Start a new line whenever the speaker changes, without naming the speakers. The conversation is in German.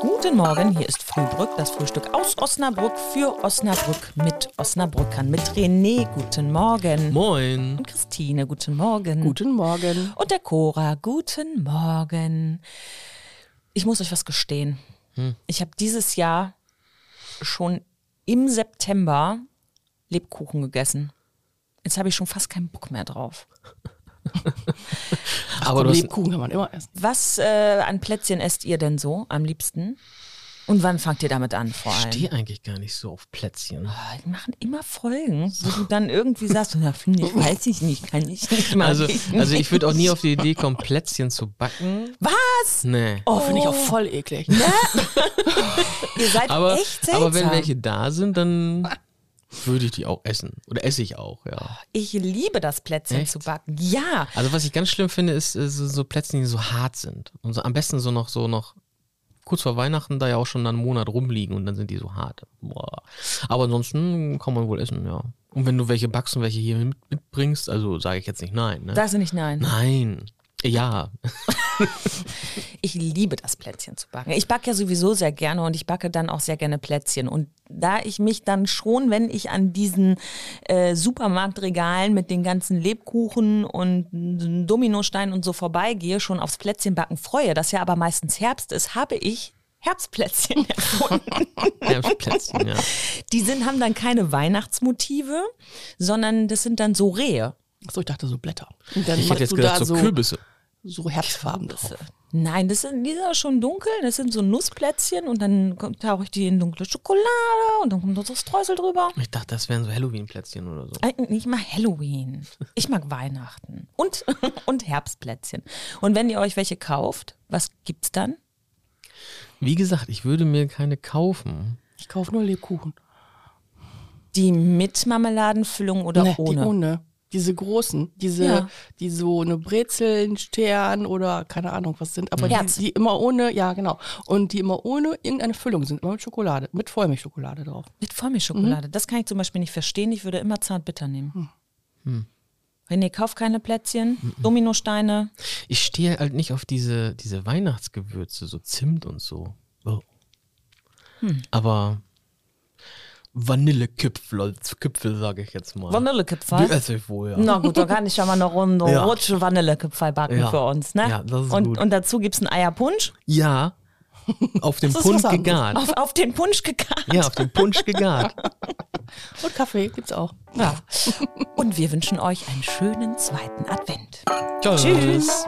Guten Morgen, hier ist Frühbrück, das Frühstück aus Osnabrück für Osnabrück mit Osnabrückern. Mit René, guten Morgen.
Moin.
Und Christine, guten Morgen.
Guten Morgen.
Und der Cora, guten Morgen. Ich muss euch was gestehen. Ich habe dieses Jahr schon im September Lebkuchen gegessen. Jetzt habe ich schon fast keinen Bock mehr drauf.
Aber du hast,
Lebkuchen kann man immer essen.
Was äh, an Plätzchen esst ihr denn so am liebsten? Und wann fangt ihr damit an vor
ich
allem?
stehe eigentlich gar nicht so auf Plätzchen.
Ah, Die machen immer Folgen, wo du dann irgendwie sagst, na, finde ich, weiß ich nicht, kann ich nicht mal.
Also, also ich würde auch nie auf die Idee kommen, Plätzchen zu backen.
Was?
Nee.
Oh, finde ich auch voll eklig.
Ihr seid
Aber,
echt seltsam.
aber wenn welche da sind, dann würde ich die auch essen. Oder esse ich auch, ja.
ich liebe das Plätzchen
Echt?
zu backen. Ja.
Also was ich ganz schlimm finde, ist äh, so, so Plätzchen, die so hart sind. Und so, am besten so noch, so noch kurz vor Weihnachten, da ja auch schon dann einen Monat rumliegen und dann sind die so hart. Boah. Aber ansonsten kann man wohl essen, ja. Und wenn du welche backst und welche hier mit, mitbringst, also sage ich jetzt nicht nein. Ne?
Sagst du nicht nein?
Nein. Ja.
Ich liebe das Plätzchen zu backen. Ich backe ja sowieso sehr gerne und ich backe dann auch sehr gerne Plätzchen. Und da ich mich dann schon, wenn ich an diesen äh, Supermarktregalen mit den ganzen Lebkuchen und Dominosteinen und so vorbeigehe, schon aufs Plätzchenbacken freue, das ja aber meistens Herbst ist, habe ich Herbstplätzchen erfunden.
Herbstplätzchen, ja.
Die sind, haben dann keine Weihnachtsmotive, sondern das sind dann so Rehe.
Achso, ich dachte so Blätter. Und dann
Ich
machst
hätte jetzt
du
gedacht,
da
so
so,
Kürbisse.
so Herbstfarben drauf.
Nein, das sind, die sind ja schon dunkel, das sind so Nussplätzchen und dann kommt- tauche ich die in dunkle Schokolade und dann kommt noch so Streusel drüber.
Ich dachte, das wären so Halloween-Plätzchen oder so.
Äh, Ich mag Halloween. Ich mag Weihnachten und, und Herbstplätzchen. Und wenn ihr euch welche kauft, was gibt's dann?
Wie gesagt, ich würde mir keine kaufen.
Ich kaufe nur Lebkuchen.
Die mit Marmeladenfüllung oder
Nee,
ohne?
Die ohne. Diese großen, diese,
Ja.
die so eine Brezel, einen Stern oder keine Ahnung was sind, aber
Herz.
die, die immer ohne, ja genau, und die immer ohne irgendeine Füllung sind, immer mit Schokolade, mit Vollmilchschokolade drauf.
Mit Vollmilchschokolade.
Mhm.
Das kann ich zum Beispiel nicht verstehen. Ich würde immer zartbitter nehmen.
Hm.
Wenn ihr kauft keine Plätzchen,
Mhm.
Dominosteine.
Ich stehe halt nicht auf diese, diese Weihnachtsgewürze, so Zimt und so. Oh.
Hm.
Aber Vanillekipfel, Kipfel sage ich jetzt mal.
Äh, Vanillekipferl?
Die esse ich wohl, ja.
Na gut, dann kann ich ja mal eine Runde
Ja.
Rutsche Vanillekipferl backen
Ja.
für uns. Ne?
Ja, das ist
und,
gut.
und dazu gibt's einen Eierpunsch.
Ja, auf den
Das ist
Punsch
was anderes.
gegart.
Auf, auf den Punsch gekarrt.
Ja, auf den Punsch gegart.
Und Kaffee gibt's auch.
Ja. Und wir wünschen euch einen schönen zweiten Advent.
Tschüss.